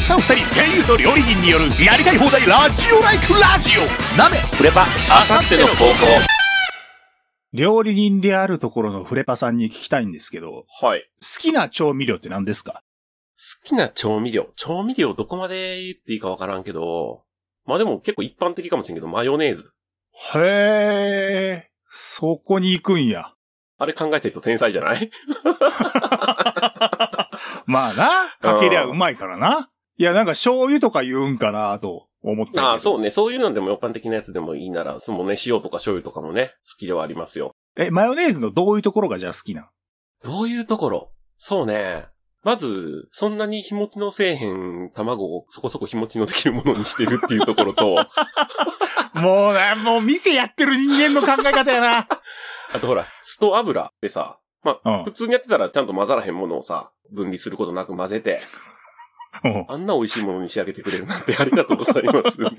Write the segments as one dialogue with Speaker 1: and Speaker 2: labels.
Speaker 1: さん2人声優と料理人によるやりたい放題ラジオライクラジオ鍋フレパあさっての方向料理人であるところのフレパさんに聞きたいんですけど、
Speaker 2: はい。
Speaker 1: 好きな調味料って何ですか
Speaker 2: 好きな調味料。調味料どこまで言っていいかわからんけど、まあでも結構一般的かもしれんけど、マヨネーズ。
Speaker 1: へえ、そこに行くんや。
Speaker 2: あれ考えてると天才じゃない
Speaker 1: まあな、かけりゃうまいからな。いや、なんか醤油とか言うんかなと思ったけど。
Speaker 2: ああ、そうね。そういうのでも一般的なやつでもいいなら、そのね、塩とか醤油とかもね、好きではありますよ。
Speaker 1: え、マヨネーズのどういうところがじゃあ好きなん
Speaker 2: どういうところそうね。まず、そんなに日持ちのせえへん卵をそこそこ日持ちのできるものにしてるっていうところと、
Speaker 1: もうな、もう店やってる人間の考え方やな。
Speaker 2: あとほら、酢と油でさ、まあ、
Speaker 1: うん
Speaker 2: 普通にやってたらちゃんと混ざらへんものをさ、分離することなく混ぜて、
Speaker 1: うん
Speaker 2: あんな美味しいものに仕上げてくれるなんてありがとうございます、ね。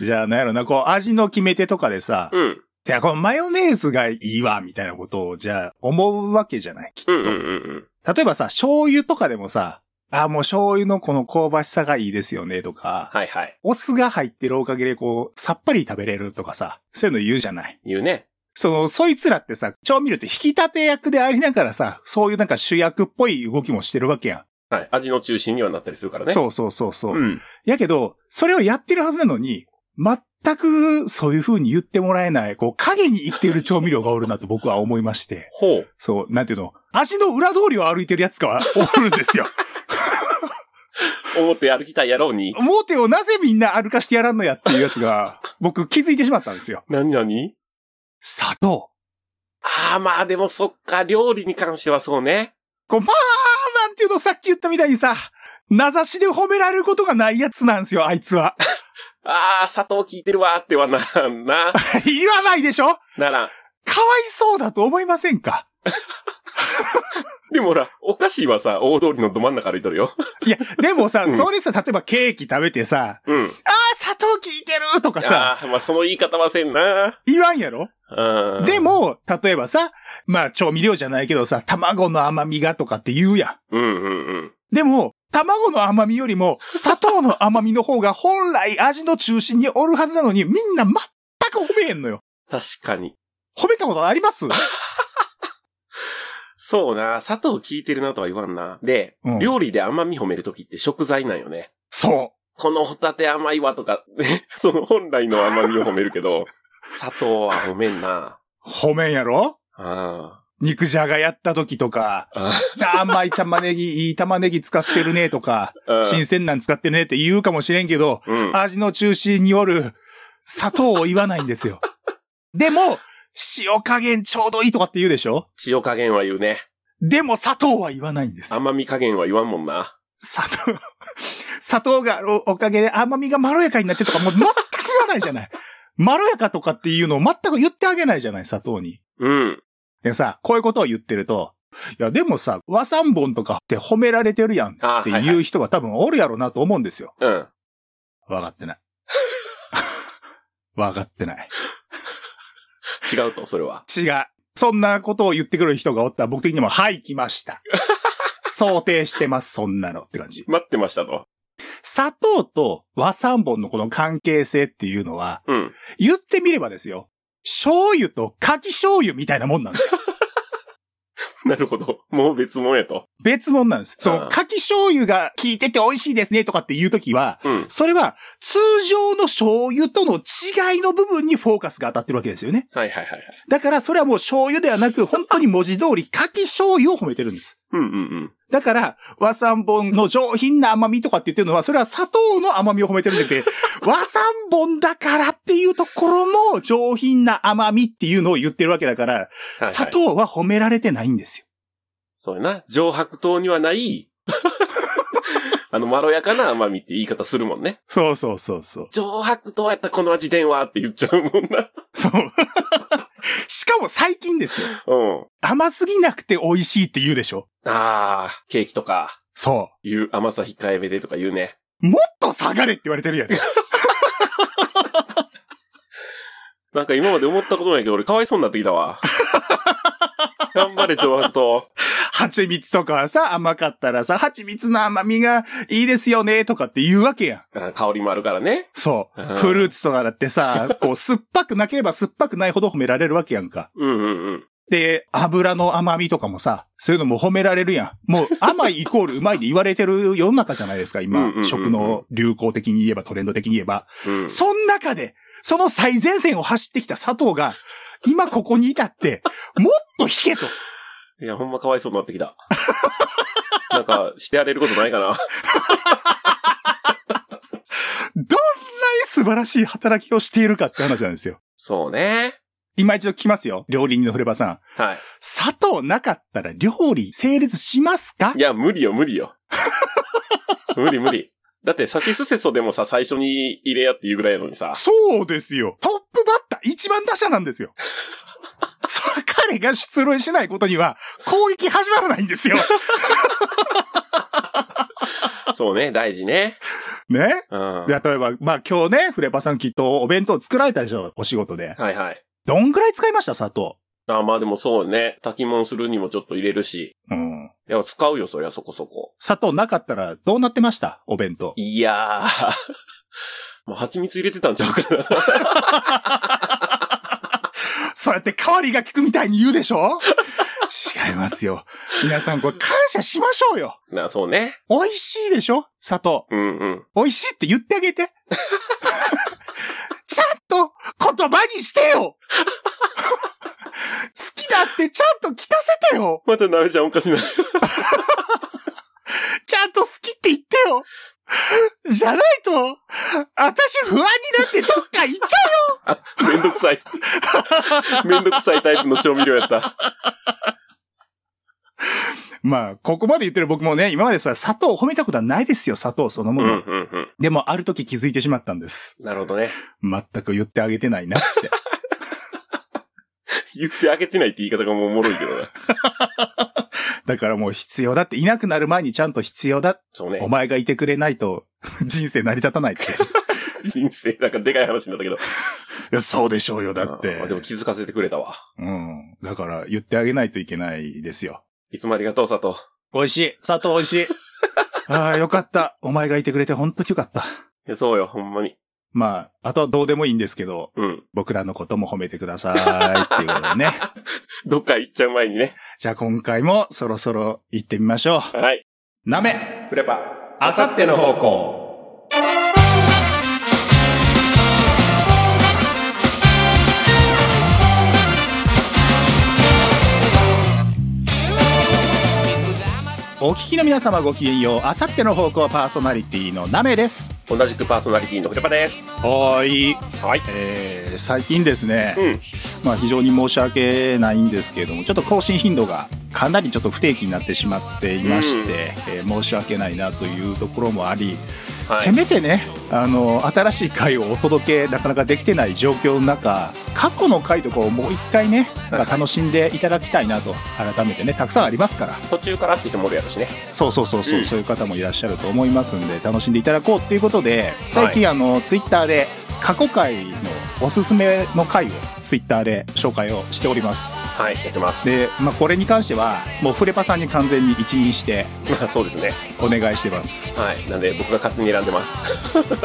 Speaker 1: じゃあ、なんやろな、こう、味の決め手とかでさ、
Speaker 2: うん。
Speaker 1: いや、このマヨネーズがいいわ、みたいなことを、じゃあ、思うわけじゃない、きっと。
Speaker 2: うんうんうん
Speaker 1: 例えばさ、醤油とかでもさ、あ、もう醤油のこの香ばしさがいいですよね、とか、
Speaker 2: はいはい。
Speaker 1: お酢が入ってるおかげで、こう、さっぱり食べれるとかさ、そういうの言うじゃない。
Speaker 2: 言うね。
Speaker 1: その、そいつらってさ、調味料って引き立て役でありながらさ、そういうなんか主役っぽい動きもしてるわけや
Speaker 2: はい。味の中心にはなったりするから
Speaker 1: ん。
Speaker 2: ね。う。
Speaker 1: そうそうそうそう。
Speaker 2: うん。
Speaker 1: やけど、それをやってるはずなのに、全くそういう風に言ってもらえない、こう、影に生きている調味料がおるなと 僕は思いまして。
Speaker 2: ほう。
Speaker 1: そう、なんていうの、足の裏通りを歩いてるやつが おるんですよ。
Speaker 2: 表歩きたい野郎に。
Speaker 1: モテをなぜみんな歩かしてやらんのやっていうやつが、僕気づいてしまったんですよ。
Speaker 2: 何何
Speaker 1: 砂糖。
Speaker 2: ああ、まあでもそっか、料理に関してはそうね。
Speaker 1: こう、まあ、なんていうの、さっき言ったみたいにさ、名指しで褒められることがないやつなんですよ、あいつは。
Speaker 2: ああ、砂糖効いてるわーってはならんな。
Speaker 1: 言わないでしょかわ
Speaker 2: ならん。
Speaker 1: いそうだと思いませんか
Speaker 2: でもほら、お菓子はさ、大通りのど真ん中歩いとるよ。
Speaker 1: いや、でもさ、
Speaker 2: うん
Speaker 1: それさ、例えばケーキ食べてさ、
Speaker 2: うん。
Speaker 1: あー、砂糖効いてるとかさ、
Speaker 2: ああ、まあその言い方はせんな。
Speaker 1: 言わんやろ
Speaker 2: うん。
Speaker 1: で、も、例えばさ、まあ調味料じゃないけどさ、卵の甘みがとかって言うや
Speaker 2: うんうんうん。
Speaker 1: ん。でも、卵の甘みよりも、 砂糖の甘みの方が本来味の中心におるはずなのに、みんな全く褒めへんのよ。
Speaker 2: 確かに。
Speaker 1: 褒めたことあります
Speaker 2: そうな、砂糖効いてるなとは言わんな。で、
Speaker 1: うん
Speaker 2: 料理で甘み褒めるときって食材なんよね。
Speaker 1: そう。
Speaker 2: このホタテ甘いわとか、 ね、その本来の甘みを褒めるけ ど、砂糖は褒めんな。
Speaker 1: 褒めんやろ
Speaker 2: あ
Speaker 1: 肉じゃがやった時とか、
Speaker 2: あ。
Speaker 1: 甘い玉ねぎ、いい玉ねぎ使ってるねとか、
Speaker 2: うん
Speaker 1: 新鮮なん使ってるねって言うかもしれんけど、
Speaker 2: うん。
Speaker 1: 味の中心による砂糖を言わないんです よ。でも、塩加減ちょうどいいとかって言うでしょ
Speaker 2: 塩加減は言うね。
Speaker 1: でも砂糖は言わないんですよ。
Speaker 2: 甘み加減は言わんもんな。
Speaker 1: 砂糖、 砂糖があるおかげで甘みがまろやかになってとかもう全く言わないじゃ ない。まろやかとかっていうのを全く言ってあげないじゃない、砂糖に。
Speaker 2: うん。
Speaker 1: でさ、こういうことを言ってると、いやでもさ、和三本とかって褒められてるやんっ
Speaker 2: ああ、
Speaker 1: て
Speaker 2: はい
Speaker 1: い
Speaker 2: は
Speaker 1: う
Speaker 2: い。
Speaker 1: 人が多分おるやろうなと思うんですよ。
Speaker 2: うん。
Speaker 1: わか ってない。わかってない。
Speaker 2: 違うと、それは。
Speaker 1: 違う。そんなことを言ってくる人がおったら僕的にも、はい、来ました。想定してます、そんなのって感じ。
Speaker 2: 待ってましたと。
Speaker 1: 砂糖と和三本のこの関係性っていうのは、
Speaker 2: うん。
Speaker 1: 言ってみればですよ。醤油と柿醤油みたいなもんなんですよ。
Speaker 2: なるほど。もう別物やと。
Speaker 1: 別物なんです。そ
Speaker 2: あ
Speaker 1: の
Speaker 2: あ
Speaker 1: 柿醤油が効いてて美味しいですねとかっていうときは、
Speaker 2: うん。
Speaker 1: それは通常の醤油との違いの部分にフォーカスが当たってるわけですよね。
Speaker 2: はいはいはいはい。
Speaker 1: だからそれはもう醤油ではなく、本当に文字通り柿醤油を褒めてるんです。
Speaker 2: うんうん
Speaker 1: だから、和三本の上品な甘みとかって言ってるのは、それは砂糖の甘みを褒めてるんじゃなくて、和三本だからっていうところの上品な甘みっていうのを言ってるわけだから、
Speaker 2: うん。
Speaker 1: 砂
Speaker 2: はいはい、
Speaker 1: 糖は褒められてないんですよ。
Speaker 2: そうやな。上白糖にはない、 あの、まろやかな甘みって言い方するもんね。
Speaker 1: そうそうそうそう。
Speaker 2: 上白糖やったらこの味でんわって言っちゃうもんな。
Speaker 1: そう。しかも最近ですよ。
Speaker 2: うん。
Speaker 1: 甘すぎなくて美味しいって言うでしょ。
Speaker 2: あー、ケーキとか、
Speaker 1: そ
Speaker 2: 言う、甘さ控えめでとか言うね。
Speaker 1: う。もっと下がれって言われてるやん。
Speaker 2: なんか今まで思ったことないけど、俺かわいそうになってきたわ。頑張れ、上白糖。
Speaker 1: 蜂蜜とかはさ、甘かったらさ、蜂蜜の甘みがいいですよね、とかって言うわけやん。
Speaker 2: あ香りもあるからね。
Speaker 1: そう
Speaker 2: うん。
Speaker 1: フルーツとかだって さ、こう、酸っぱくなければ酸っぱくないほど褒められるわけやんか。
Speaker 2: うんうんうん。
Speaker 1: で、油の甘みとかもさ、そういうのも褒められるやん。もう甘いイコールうまいで言われてる世の中じゃないですか、
Speaker 2: うんうんうんう
Speaker 1: 今。
Speaker 2: ん
Speaker 1: 食の流行的に言えば、トレンド的に言えば。
Speaker 2: うん、
Speaker 1: そん中で、その最前線を走ってきた佐藤が、今ここにいたって、もっと弾けと。
Speaker 2: いや、ほんまかわいそうになってきた。なんか、してやれることないかな。
Speaker 1: どんなに素晴らしい働きをしているかって話なんですよ。
Speaker 2: そうね。
Speaker 1: 今一度聞きますよ。料理人のフレバさん。
Speaker 2: はい。
Speaker 1: 佐藤なかったら料理成立しますか
Speaker 2: いや、無理よ、無理よ。無理無理。だって、サシスセソでもさ、最初に入れやっていうぐらいやのにさ。
Speaker 1: そうですよ。トップバッター、一番打者なんですよ。そう彼が出塁しないことには、攻撃始まらないんですよ。
Speaker 2: そうね、大事ね。
Speaker 1: ね。
Speaker 2: うん。は
Speaker 1: で例えば、まあ今日ね、フレパさんきっとお弁当作られたでしょ、お仕事で。
Speaker 2: いはい。
Speaker 1: どんくらい使いました、佐藤。
Speaker 2: あまあでもそうね。炊き物するにもちょっと入れるし。
Speaker 1: うん。
Speaker 2: いや、使うよ、そりゃそこそこ。
Speaker 1: 砂糖なかったらどうなってましたお弁当。
Speaker 2: いやー。 もう蜂蜜入れてたんちゃうかな。
Speaker 1: そうやって代わりが効くみたいに言うでしょ 違いますよ。皆さんこれ感謝しましょうよ。
Speaker 2: な、 そうね。
Speaker 1: 美味しいでしょ砂糖。
Speaker 2: うんうん。
Speaker 1: 美味しいって言ってあげて。 ちゃんと言葉にしてよ 好きだってちゃんと聞かせてよ
Speaker 2: またなべちゃんおかしな。
Speaker 1: ちゃんと好きって言ってよじゃないと、私不安になってどっか行っちゃ
Speaker 2: めんどくさい。 めんどくさいタイプの調味料やった。
Speaker 1: う まあ、ここまで言ってる僕もね、今までそれは砂糖を褒めたことはないですよ、砂糖その
Speaker 2: う
Speaker 1: も
Speaker 2: んう
Speaker 1: の。
Speaker 2: んうん。
Speaker 1: でも、ある時気づいてしまったんです。
Speaker 2: なるほどね。
Speaker 1: 全く言ってあげてないな って。
Speaker 2: 言ってあげてないって言い方がもうおもろいけどな。
Speaker 1: だからもう必要だって、いなくなる前にちゃんと必要だ。
Speaker 2: そうね
Speaker 1: お。前がいてくれないと、人生成り立たないって。
Speaker 2: 人生、なんかでかい話になったけど。
Speaker 1: いやそうでしょうよ、だって
Speaker 2: あ。でも気づかせてくれたわ。
Speaker 1: うん。だから、言ってあげないといけないですよ。
Speaker 2: いつもありがとう、佐藤。
Speaker 1: 美味しい。砂糖美味しい。 ああ、よかった。お前がいてくれて本当によかった。
Speaker 2: いや、そうよ、ほんまに。
Speaker 1: まあ、あとはどうでもいいんですけど、
Speaker 2: うん。
Speaker 1: 僕らのことも褒めてくださいっていうことでね。
Speaker 2: どっか行っちゃう前にね。
Speaker 1: じゃあ今回もそろそろ行ってみましょ
Speaker 2: はい。
Speaker 1: う。なめ、
Speaker 2: フレパ。
Speaker 1: あさっての方向。お聞きの皆様ごきげんよう。あさっての方向パーソナリティのなめです。
Speaker 2: 同じくパーソナリティのフレパです。
Speaker 1: はーい。
Speaker 2: はい。
Speaker 1: えー、最近ですね、
Speaker 2: うん。
Speaker 1: まあ非常に申し訳ないんですけれども、ちょっと更新頻度がかなりちょっと不定期になってしまっていまして、えー申し訳ないなというところもあり、
Speaker 2: は
Speaker 1: せ
Speaker 2: い。
Speaker 1: めてねあの新しい回をお届けなかなかできてない状況の中過去の回とかをもう一回ねなんか楽しんでいただきたいなと改めてねたくさんありますから
Speaker 2: 途中からって人もおるやろしね。
Speaker 1: そうそうそうそう、
Speaker 2: うん
Speaker 1: そういう方もいらっしゃると思いますんで楽しんでいただこうっていうことで最近、あのツイッターで過去回のおすすめの回をツイッターで紹介をしております
Speaker 2: はい、やってます。
Speaker 1: で、まあ、これに関してはもうフレパさんに完全に一任して
Speaker 2: まあ、 そうですね。
Speaker 1: お願いしてます
Speaker 2: はい。なんで、僕が勝手に選んでます。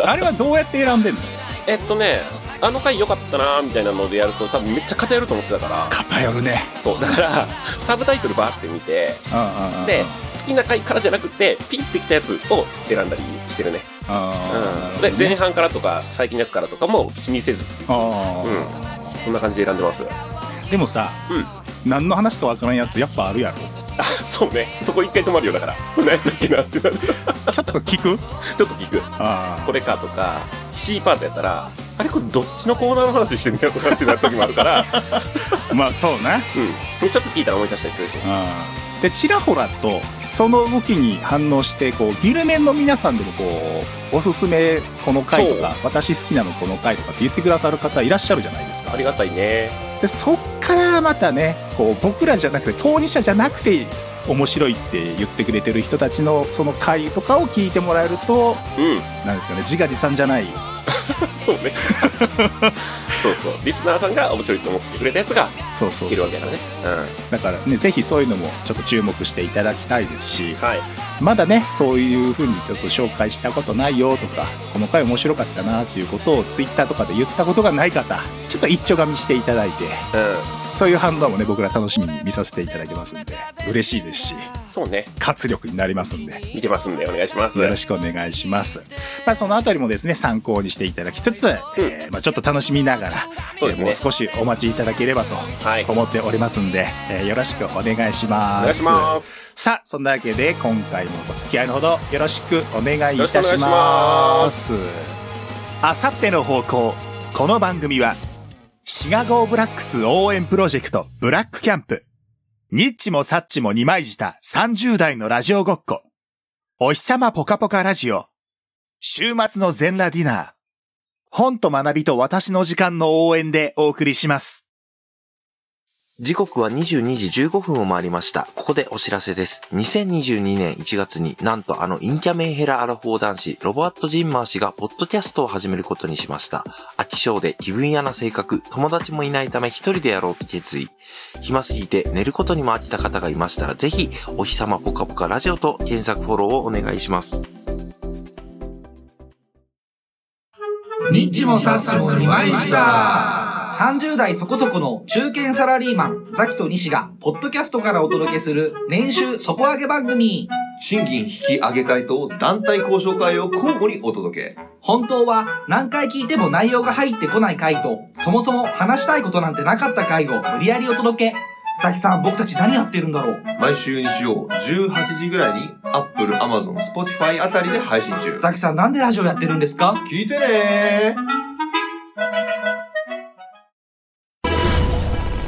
Speaker 1: あれはどうやって選んでんの
Speaker 2: えっとね、あの回良かったなーみたいなのでやると、多分めっちゃ偏ると思ってたか
Speaker 1: 偏るね
Speaker 2: ら。そう。だ から、サブタイトルバーって見て、
Speaker 1: うんうんうん
Speaker 2: で、好きな回からじゃなくて、ピンってきたやつを選んだりしてるね。
Speaker 1: あ
Speaker 2: うん。
Speaker 1: ー
Speaker 2: で、前半からとか、最近のやつからとかも気にせず、
Speaker 1: あ
Speaker 2: う
Speaker 1: ー、
Speaker 2: ん。そんな感じで選んでます。
Speaker 1: でもさ、何の話かわからんやつやっぱあるやろ
Speaker 2: あ、そうね。そこ一回止まるよ、だから。 何やったっけなってなる。ちょ
Speaker 1: ちょっと聞 く
Speaker 2: っと聞く。
Speaker 1: あ
Speaker 2: これかとか、C パートやったら、あれこれどっちのコーナーの話してんのやろなってなる時もあるから、
Speaker 1: あまあそうね
Speaker 2: うん。でちょっと聞いたら思い出したりするし。
Speaker 1: あーでちらほらとその動きに反応してこうギルメンの皆さんでもこうおすすめこの回とか私好きなのこの回とかって言ってくださる方いらっしゃるじゃないです
Speaker 2: あ
Speaker 1: か
Speaker 2: りがたいね。
Speaker 1: でそっからまたねこう僕らじゃなくて当事者じゃなくて面白いって言ってくれてる人たちのその回とかを聞いてもらえると
Speaker 2: うん。
Speaker 1: なんですかね自画自賛じゃない
Speaker 2: そうね。そうそう。リスナーさんが面白いと思ってくれたやつが
Speaker 1: そうそう
Speaker 2: 聞ける
Speaker 1: そ
Speaker 2: わ
Speaker 1: う
Speaker 2: けだ
Speaker 1: そう
Speaker 2: ね。
Speaker 1: だからねぜひそういうのもちょっと注目していただきたいですし
Speaker 2: うん。はい。
Speaker 1: まだねそういうふうにちょっと紹介したことないよとかこの回面白かったなっていうことをツイッターとかで言ったことがない方ちょっと一丁噛みしていただいて
Speaker 2: う
Speaker 1: そういう反応もね僕ら楽しみに見させていただいてますんで嬉しいですし
Speaker 2: ん。そうね。
Speaker 1: 活力になりますんで
Speaker 2: 見てますんで、お願いします。
Speaker 1: よろしくお願いします。まあ、そのあたりもですね、参考にしていただきつつ、えーまあ、ちょっと楽しみながら、
Speaker 2: そうです
Speaker 1: えー
Speaker 2: ね
Speaker 1: もう少しお待ちいただければと
Speaker 2: はい。お
Speaker 1: 思っておりますんで、えーよろしくお願いします。
Speaker 2: 願いします。
Speaker 1: さあ、そんなわけで、今回もお付き合いのほどよろしくお願いいたします。
Speaker 2: よろしくお願い
Speaker 1: あさっての方向、この番組は、シガゴーブラックス応援プロジェクトブラックキャンプ。ニッチもサッチも二枚舌30代のラジオごっこ。お日様ぽかぽかラジオ。週末の全裸ディナー。本と学びと私の時間の応援でお送りします。
Speaker 3: 時刻は22時15分を回りました。ここでお知らせです。2022年1月になんとあのインキャメンヘラアラフォー男子、ロボアット・ジンマー氏がポッドキャストを始めることにしました。飽き性で気分屋な性格、友達もいないため一人でやろうと決意。暇すぎて寝ることにも飽きた方がいましたら、ぜひ、お日様ぽかぽかラジオと検索フォローをお願いします。
Speaker 4: ニッチもサッチも二枚した30代そこそこの中堅サラリーマン、ザキと西が、ポッドキャストからお届けする、年収底上げ番組。
Speaker 5: 賃金引き上げ会と団体交渉会を交互にお届け。
Speaker 4: 本当は何回聞いても内容が入ってこない回と、そもそも話したいことなんてなかった回を無理やりお届け。ザキさん、僕たち何やってるんだろう
Speaker 5: 毎週日曜18時ぐらいに Apple、Amazon、Spotify あたりで配信中。
Speaker 4: ザキさん、なんでラジオやってるんですか
Speaker 5: 聞いてね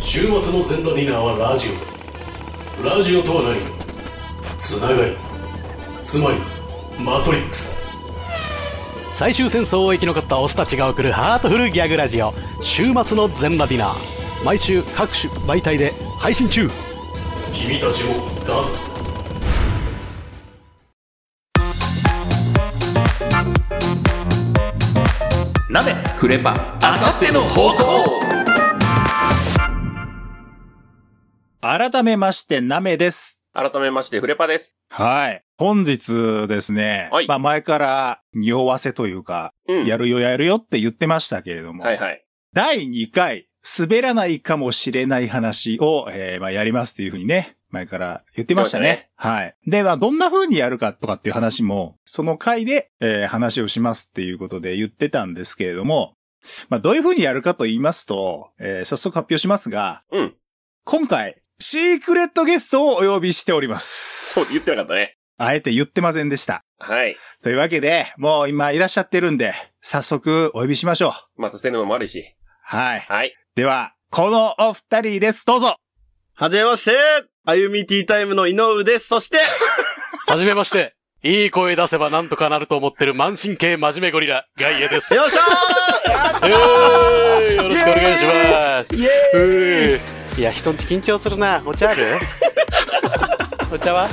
Speaker 6: 週末の全裸ディナーはラジオだラジオとは何かつながりつまりマトリックスだ
Speaker 7: 最終戦争を生き残ったオスたちが送るハートフルギャグラジオ週末の全裸ディナー毎週各種媒体で配信中
Speaker 6: 君たちもだぞ
Speaker 2: 鍋
Speaker 3: フレパ、
Speaker 2: あさっての方向
Speaker 1: 改めまして、ナメです。
Speaker 2: 改めまして、フレパです。
Speaker 1: はい。本日ですね。
Speaker 2: はい
Speaker 1: まあ前から匂わせというか、
Speaker 2: うん。
Speaker 1: やるよやるよって言ってましたけれども。
Speaker 2: はいはい。
Speaker 1: 第2回、滑らないかもしれない話を、えーまあやりますというふうにね、前から言ってましたね。
Speaker 2: 言って
Speaker 1: はい。で、まあどんな風にやるかとかっていう話も、その回で、えー話をしますっていうことで言ってたんですけれども、まあどういう風にやるかと言いますと、えー早速発表しますが、
Speaker 2: うん
Speaker 1: 今回、シークレットゲストをお呼びしております。
Speaker 2: そう、言ってなかったね。
Speaker 1: あえて言ってませんでした。
Speaker 2: はい。
Speaker 1: というわけで、もう今いらっしゃってるんで、早速お呼びしましょう。
Speaker 2: またせるのもあるし。
Speaker 1: はい。
Speaker 2: はい。
Speaker 1: では、このお二人です。どうぞ
Speaker 8: はじめまして、あゆみティータイムの井上です。そして、
Speaker 7: はじめましていい声出せばなんとかなると思ってる満身系真面目ゴリラガイエです
Speaker 8: よっしゃ
Speaker 7: えーよろしくお願いしますイエーイいや人んち緊張するなお茶ある お茶は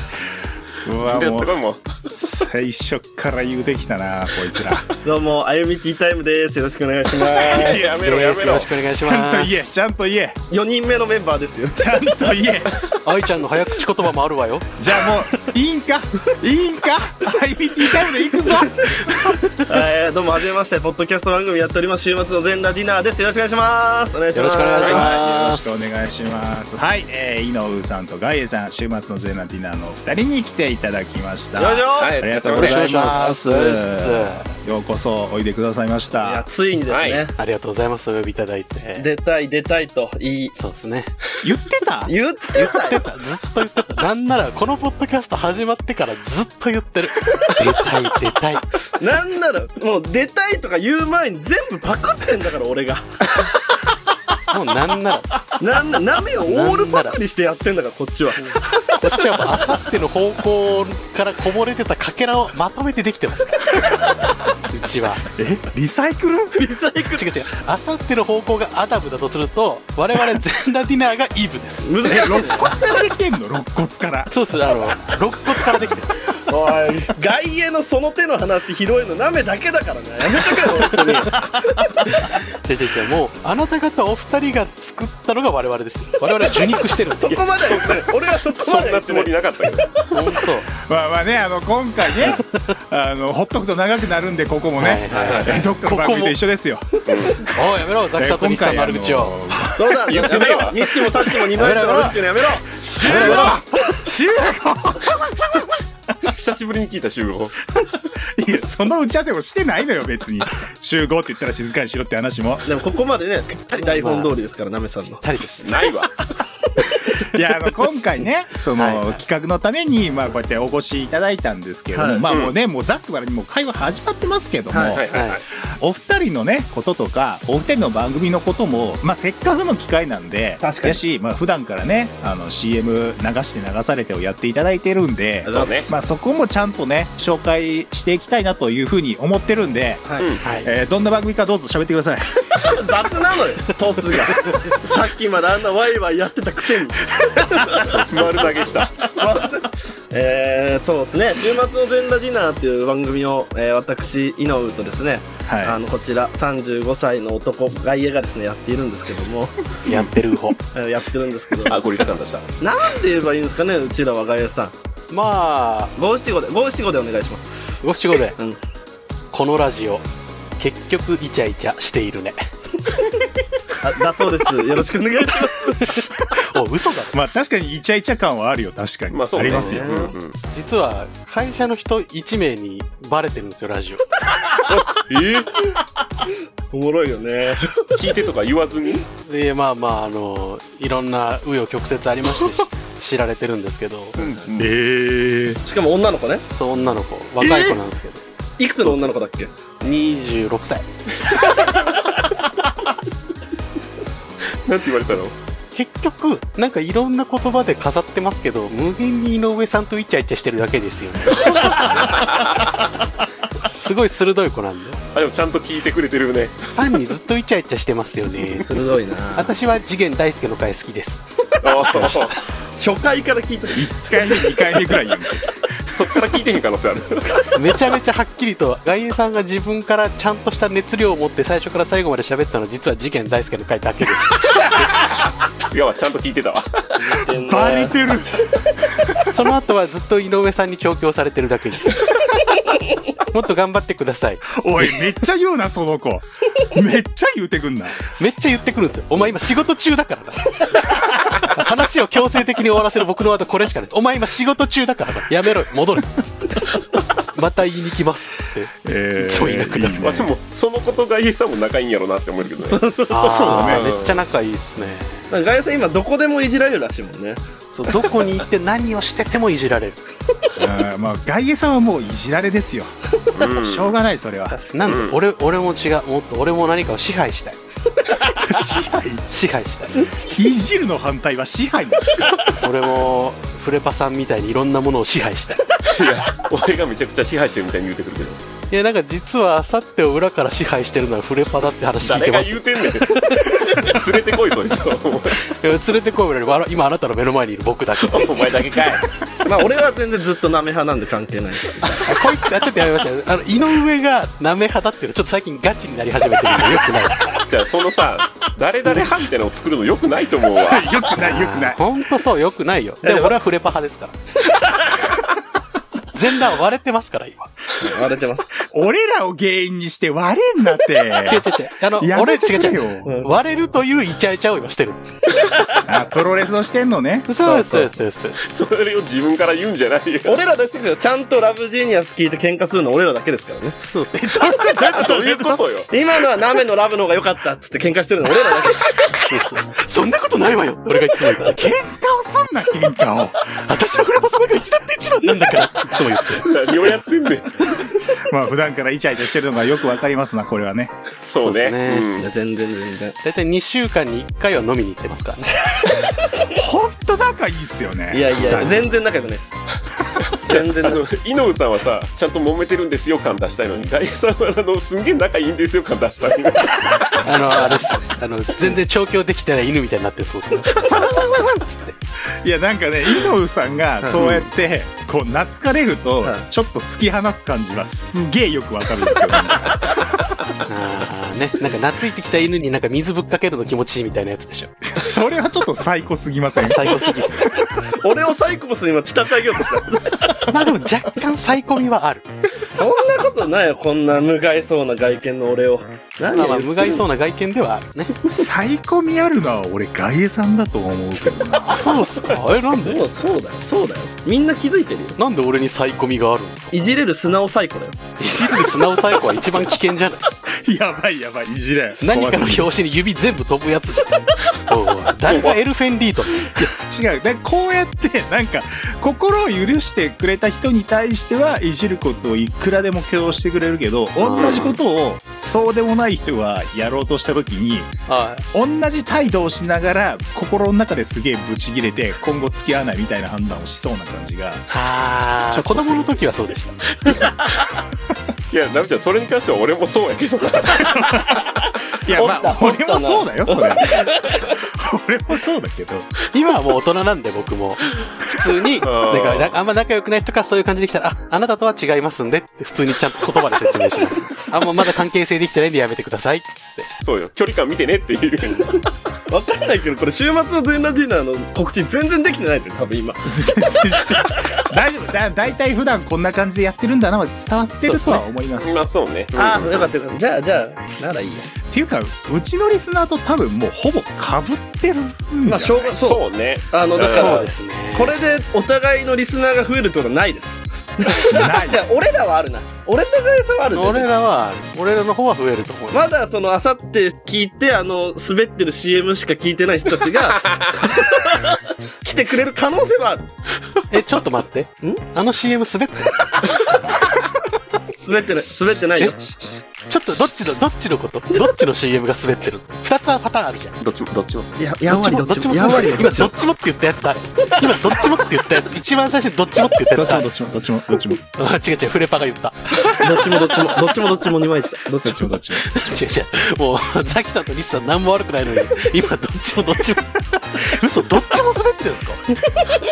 Speaker 1: うわ、
Speaker 2: で、
Speaker 1: も
Speaker 2: これ
Speaker 1: う、
Speaker 2: も、
Speaker 1: 最初から言うてきたな、こいつ ら。
Speaker 8: ーどうも、あゆみティータイムです。よろしくお願いします。
Speaker 2: やめろやめ
Speaker 7: です
Speaker 2: ろ
Speaker 7: よろしくお願いし
Speaker 1: ちゃん
Speaker 7: ま
Speaker 1: と言え、
Speaker 7: す
Speaker 1: ちゃんと言え、
Speaker 8: 4人目のメンバーですよ。
Speaker 1: ちゃんと言え。
Speaker 7: 愛ちゃんの早口言葉もあるわよ
Speaker 1: じゃあもう、いいんかいいんか ?IPT タイムで行くぞ
Speaker 8: えーどうも、はじめまして、ポッドキャスト番組やっております。週末の全裸ディナーです。よろしくお願いします。お願いします。
Speaker 7: よろしくお願いします
Speaker 1: はい、よろしくお願いします。はい、えー、井上さんとガイエさん、週末のゼナディナーのお二人に来ていただきました。
Speaker 8: よいしょ
Speaker 2: は
Speaker 1: ありがとう
Speaker 2: い
Speaker 1: ご
Speaker 2: らっしゃ
Speaker 1: ざ
Speaker 2: い
Speaker 1: います。
Speaker 7: よろしくお願いしま
Speaker 1: ようこそおいでくださいまし
Speaker 8: いや
Speaker 1: た。
Speaker 8: ついにですね、
Speaker 2: はい
Speaker 7: ありがとうございますお呼びいただいて
Speaker 8: 出たい、出たいと、いい。
Speaker 7: そうですね
Speaker 1: 言ってた
Speaker 8: 言ってたよ。
Speaker 7: ずっと言ってた。なんなら、このポッドキャスト始まってからずっと言ってる。出たい、出たい。
Speaker 8: なんなら、もう出たいとか言う前に全部パクってんだから、俺が。
Speaker 7: もうなんなら、こ
Speaker 8: なんな、なめをオールパクにしてやってんだから、こっちは。
Speaker 7: っちはもうあさっての方向からこぼれてたかけらをまとめてできてますから。うちは。
Speaker 1: えリサイクル
Speaker 7: 違う違う。あさっての方向がアダムだとすると、我々全裸ディナーがイブです。
Speaker 8: 難しい
Speaker 1: え、
Speaker 8: ね。
Speaker 1: 肋骨からできてんの肋骨から。
Speaker 7: そうっす、あの、肋骨からできてる。
Speaker 8: おい外野のその手の話拾えるのなめだけだからねやめとけよ本当に
Speaker 3: 違う違う違う、もう、
Speaker 7: あなた方お二人が作ったのが我々です我々は受肉してるんです
Speaker 8: そこまでは言ってない俺はそこま
Speaker 2: そん
Speaker 8: では言
Speaker 2: な
Speaker 8: っ
Speaker 2: つ
Speaker 8: てな
Speaker 2: も
Speaker 8: い
Speaker 2: りなかったけど。
Speaker 3: 本当。
Speaker 1: まあまあね、あの、今回 ね、あの、ほっとくと長くなるんで、ここもね、えどっかの番組と一緒ですよ。
Speaker 7: おいやめろザキさんと
Speaker 1: え
Speaker 7: 西さんの悪口
Speaker 1: あ
Speaker 7: を
Speaker 1: の
Speaker 8: そうだやめろニッチもサッチも二枚舌のうちっていうのやめろ
Speaker 2: 久しぶりに聞いた集合。
Speaker 1: いや、その打ち合わせをしてないのよ、別に。集合って言ったら静かにしろって話も。
Speaker 8: でもここまでねぴったり台本通りですからなめさんの
Speaker 7: たりです
Speaker 2: ないわ。
Speaker 1: いや、あ の、今回ね、その、企画のために、まあ、こうやってお越しいただいたんですけれども、
Speaker 8: はい
Speaker 1: まあ、もうね、もうざっくばらんにもう会話始まってますけども、
Speaker 8: はい
Speaker 2: はいはいはい。
Speaker 1: お二人のね、こととか、お二人の番組のことも、まあ、せっかくの機会なんで、
Speaker 8: 確かに
Speaker 1: やし、まあ、普段からね、あの、CM 流して流されてをやっていただいてるんで、
Speaker 8: そう
Speaker 2: ね
Speaker 1: まあ、そこもちゃんとね、紹介していきたいなというふうに思ってるんで、
Speaker 8: はい
Speaker 7: はい
Speaker 1: えーどんな番組かどうぞ喋ってください。
Speaker 8: 雑なのよトスがさっきまであんなワイワイやってたくせに
Speaker 2: 丸投げした。
Speaker 8: えー、そうですね「週末の全裸ディナー」っていう番組を、えー私井上とですね、
Speaker 1: はい
Speaker 8: あのこちら35歳の男外野がですねやっているんですけども
Speaker 7: やってる方
Speaker 8: えーやってるんですけど
Speaker 2: あ、ゴリラ感出した。
Speaker 8: なんて言えばいいんですかねうちらは外野さん
Speaker 7: まあ
Speaker 8: 五七五で五七五でお願いします
Speaker 7: 五七五で、
Speaker 8: うん
Speaker 7: このラジオ結局イチャイチャしているね
Speaker 8: あだそう ですよろしくお願いします
Speaker 7: お嘘だ
Speaker 1: まあ、確かにイチャイチャ感はあるよ、確かに。
Speaker 2: まあそう
Speaker 1: あ
Speaker 2: ね。
Speaker 1: りますよ。
Speaker 2: うんうん
Speaker 7: 実は会社の人1名にバレてるんですよラジオ
Speaker 8: おもろいよね
Speaker 2: 聞いてとか言わずに。
Speaker 7: でまあまああのいろんな紆余曲折ありましてし知られてるんですけど、
Speaker 1: ええ
Speaker 8: しかも女の子ね
Speaker 7: そう女の子若い子なんですけど、
Speaker 8: いくつの女の子だっけ
Speaker 7: 26歳
Speaker 2: なんて言われたの
Speaker 7: 結局なんかいろんな言葉で飾ってますけど無限に井上さんとイチャイチャしてるだけですよねすごい鋭い子なんで
Speaker 2: あ、でもちゃんと聞いてくれてるね。
Speaker 7: 単にずっとイチャイチャしてますよね
Speaker 8: 鋭いな
Speaker 7: 私は次元大介の回好きです
Speaker 2: ああ、
Speaker 8: 初回から聞いた
Speaker 1: 1回目、2回目くらいやんけ
Speaker 2: そっから聞いてへん可能性ある。
Speaker 7: めちゃめちゃはっきりと外衛さんが自分からちゃんとした熱量を持って最初から最後まで喋ったのは実は事件大好きの回だ けです
Speaker 2: 違うわ、ちゃんと聞いてたわ。
Speaker 1: バレてる。
Speaker 7: その後はずっと井上さんに調教されてるだけですもっと頑張ってください
Speaker 1: おい、めっちゃ言うな、その子。めっちゃ言うてくんな。
Speaker 7: めっちゃ言ってくるんですよお前今仕事中だからな話を強制的に終わらせる僕の後これしかないお前今仕事中だからなやめろよ戻れまた言いに来ますって
Speaker 1: えー
Speaker 7: そういなくなる
Speaker 1: いい
Speaker 2: まあ
Speaker 1: ね
Speaker 2: でも、そのことがイエさんも仲いいんやろなって思えるけどね。
Speaker 7: あ
Speaker 2: だ
Speaker 7: あ
Speaker 2: ね
Speaker 7: めっちゃ仲いいですね
Speaker 8: なんかガイさん今どこでもいじられるらしいもんね
Speaker 7: そうどこに行って何をしててもいじられる
Speaker 1: あーまあ、外衛さんはもういじられですよ。
Speaker 2: うん
Speaker 1: しょうがない、それは。
Speaker 7: なんで、
Speaker 2: うん
Speaker 7: 俺俺も違うもっと俺も何かを支配したい
Speaker 1: 支配
Speaker 7: 支配した い
Speaker 1: いじるの反対は支配なんですか
Speaker 7: 俺もフレパさんみたいにいろんなものを支配したい
Speaker 2: いや、俺がめちゃくちゃ支配してるみたいに言うてくるけど。
Speaker 7: いやなんか実はあさってを裏から支配してるのはフレパだって話聞い
Speaker 2: 誰
Speaker 7: て
Speaker 2: が
Speaker 7: ます
Speaker 2: 言うてんねん。 連れてこい、そいつを。
Speaker 7: いや連れてこい俺ら今あなたの目の前にいる僕だ けあこ
Speaker 2: お前だけかい。
Speaker 8: まあ俺は全然ずっとなめ派なんで関係ないです
Speaker 7: いつあちょっとやめましたよあの井上がなめ派だっていうのちょっと最近ガチになり始めてるんでよくないです
Speaker 2: じゃあ、そのさ、誰々派みたいなのを作るのよくないと思うわ。
Speaker 1: よくない、よくない。
Speaker 7: 本当そうよくないよでも俺はフレパ派ですから全裸は割れてますから今
Speaker 8: 割れてます
Speaker 1: 俺らを原因にして割れんなって。
Speaker 7: 違う違う違うあの
Speaker 1: や
Speaker 7: 俺
Speaker 1: め
Speaker 7: 違
Speaker 1: てくれ
Speaker 7: う違
Speaker 1: よ
Speaker 7: う割れるというイチャイチャを今してる
Speaker 1: あプロレスをしてんのね。
Speaker 7: そうですそうですそうですそうです
Speaker 2: それを自分から言うんじゃないよ。
Speaker 8: 俺らですけどちゃんとラブジーニアス聞いて喧嘩するの俺らだけですからね
Speaker 7: そうそう
Speaker 2: どういうことよ。
Speaker 8: 今のはナメのラブの方が良かったっつって喧嘩してるの俺らだけ
Speaker 7: そんなことないわよ俺がいつも言う
Speaker 1: 喧嘩をすんな、喧嘩を。
Speaker 7: 私はフレパ様がいつだって一番なんだからいつも言って
Speaker 2: 何をやってんねん。
Speaker 1: まあ、普段からイチャイチャしてるのがよくわかりますな、これはね。
Speaker 2: そうね。
Speaker 7: そうですね
Speaker 2: うん
Speaker 8: いや全然全然
Speaker 7: 大体2週間に1回は飲みに行ってますからね
Speaker 1: ほんと仲いいっすよね。
Speaker 8: いやいや全然仲良くない です全然
Speaker 2: あの、井上さんはさ、ちゃんと揉めてるんですよ感出したいのに、ダイヤさんは、あの、すんげえ仲いいんですよ感出したい のに。
Speaker 7: あの、あれっすねあの、全然調教できてない犬みたいになってる、すごく。ワンワンワンワンっつって。
Speaker 1: いやなんかね井上さんがそうやってこう懐かれると
Speaker 8: はい
Speaker 1: ちょっと突き放す感じはすげえよくわかるんですよ、ね、
Speaker 7: あーね、なんか懐いてきた犬になんか水ぶっかけるの気持ちいいみたいなやつでしょ。
Speaker 1: それはちょっと最高すぎません
Speaker 7: 最高すぎる。
Speaker 8: 俺をサイコパスに今仕立て上げようとした。
Speaker 7: まあでも若干最高みはある。
Speaker 8: そんなことないよ、こんな無害そうな外見の俺を。何
Speaker 7: まあまあ
Speaker 8: を
Speaker 7: 無害そうな外見ではあるね。
Speaker 1: 最高みあるのは俺外衛さんだと思うけどな
Speaker 7: そうっすか。え、なんで
Speaker 8: もうそうだよ、そうだよ。みんな気づいてるよ。
Speaker 7: なんで俺に最高みがあるんですか
Speaker 8: いじれる素直サイコだよ。
Speaker 7: いじる素直最高は一番危険じゃない
Speaker 1: やばいやばいいじれ
Speaker 7: 何か
Speaker 1: 怖す
Speaker 7: の
Speaker 1: ぎる
Speaker 7: 拍子に指全部飛ぶやつじ ゃん。おいおい誰がエルフェンリート
Speaker 1: 違うでこうやってなんか心を許してくれた人に対してはいじることをいくらでも許容してくれるけど同じことをそうでもない人はやろうとした時に
Speaker 7: はい。
Speaker 1: 同じ態度をしながら心の中ですげえブチギレて今後付き合わないみたいな判断をしそうな感じが
Speaker 7: あ
Speaker 1: ちょ
Speaker 7: あ、
Speaker 1: っと
Speaker 7: 子
Speaker 1: す
Speaker 7: 供の時はそうでした。
Speaker 2: いや、ナミちゃん、それに関しては俺もそうやけどな。
Speaker 1: いやま
Speaker 8: おっ
Speaker 1: あ
Speaker 8: た
Speaker 1: 俺もそうだよそれ 俺もそうだけど
Speaker 7: 今はもう大人なんで僕も。普通に、なんかなあんま仲良くない人からそういう感じで来たら、あ、あなたとは違いますんでって普通にちゃんと言葉で説明します。あ、もうまだ関係性できてないんでやめてください。
Speaker 2: そうよ、距離感見てねっていう。
Speaker 8: わかんないけど、これ週末の全裸ディナーの告知全然できてないですよ、多分今。
Speaker 1: 全然して大丈夫だ大体普段こんな感じでやってるんだなは伝わってるとは思います
Speaker 2: まあ、そうね。
Speaker 8: ああ、よかったよかった。じゃあ、じゃあ、ならいいや。
Speaker 1: っていうかうちのリスナーと多分もうほぼかぶってるんじゃない
Speaker 8: まあ、しょうが、そう。
Speaker 2: そうね。
Speaker 8: あの、だか
Speaker 7: そう
Speaker 8: ら
Speaker 7: で、すね。
Speaker 8: これでお互いのリスナーが増えるってことはないです。
Speaker 1: ない
Speaker 8: じゃあ、俺らはあるな。俺とガエさんはあるんです
Speaker 7: 俺らは、俺らの方は増えると思う。
Speaker 8: まだその、あさって聞いて、あの、滑ってる CM しか聞いてない人た ちが、来てくれる可能性はある。
Speaker 7: え、ちょっと待って。あの CM 滑ってる
Speaker 8: 滑ってない、滑ってないよ。
Speaker 7: ちょっとどっちの、どっちのことどっちの CM が滑ってるの二つはパターンあるじゃん。
Speaker 2: どっちも、どっちも。
Speaker 8: や、
Speaker 7: どっちもどっちも滑ってる今どっちもって言ったやつ誰今どっちもって言ったやつ、一番最初にどっちもって言った
Speaker 1: ど
Speaker 7: や
Speaker 1: っ
Speaker 7: つ
Speaker 1: ちも
Speaker 7: 誰
Speaker 1: どっちもどっちもどっちも
Speaker 7: あ違う違う、フレパが言った。
Speaker 8: どっちもどっちも、どっちもどっちも2枚した。どっ
Speaker 1: どっちもどっちも
Speaker 7: 違う違う。もう、ザキさんとリスさん何も悪くないのに、今どっちもどっちも。嘘、どっちも滑ってるんですか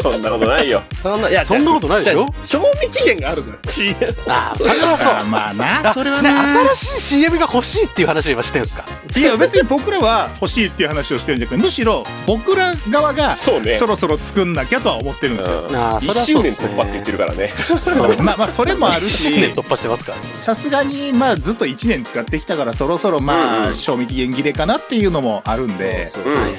Speaker 2: そんなことないよ。
Speaker 8: そんな、いや、
Speaker 7: そんなことないでしょ
Speaker 8: じゃあ賞味期限があるから。CM
Speaker 7: ああ、それは
Speaker 1: あ
Speaker 7: そう。
Speaker 1: まあなそれは
Speaker 7: ね、
Speaker 1: な
Speaker 7: 新しい CM が欲しいっていう話を今してるんですか
Speaker 1: いや別に僕らは欲しいっていう話をしてるんじゃなくてむしろ僕ら側が
Speaker 2: そうね。
Speaker 1: そろそろ作んなきゃとは思ってるんですよ、
Speaker 2: うん
Speaker 7: ああ、それ
Speaker 2: 一周年
Speaker 7: はそうです
Speaker 2: 突
Speaker 7: ね。
Speaker 2: 破って言ってるからね。
Speaker 1: まあまあそれもある
Speaker 7: 1周
Speaker 1: し
Speaker 7: 年突破してますからね。
Speaker 1: さすがにまあずっと1年使ってきたからそろそろまあ、
Speaker 2: うんうん
Speaker 1: 賞味期限切れかなっていうのもあるんで
Speaker 2: うん
Speaker 7: はいはい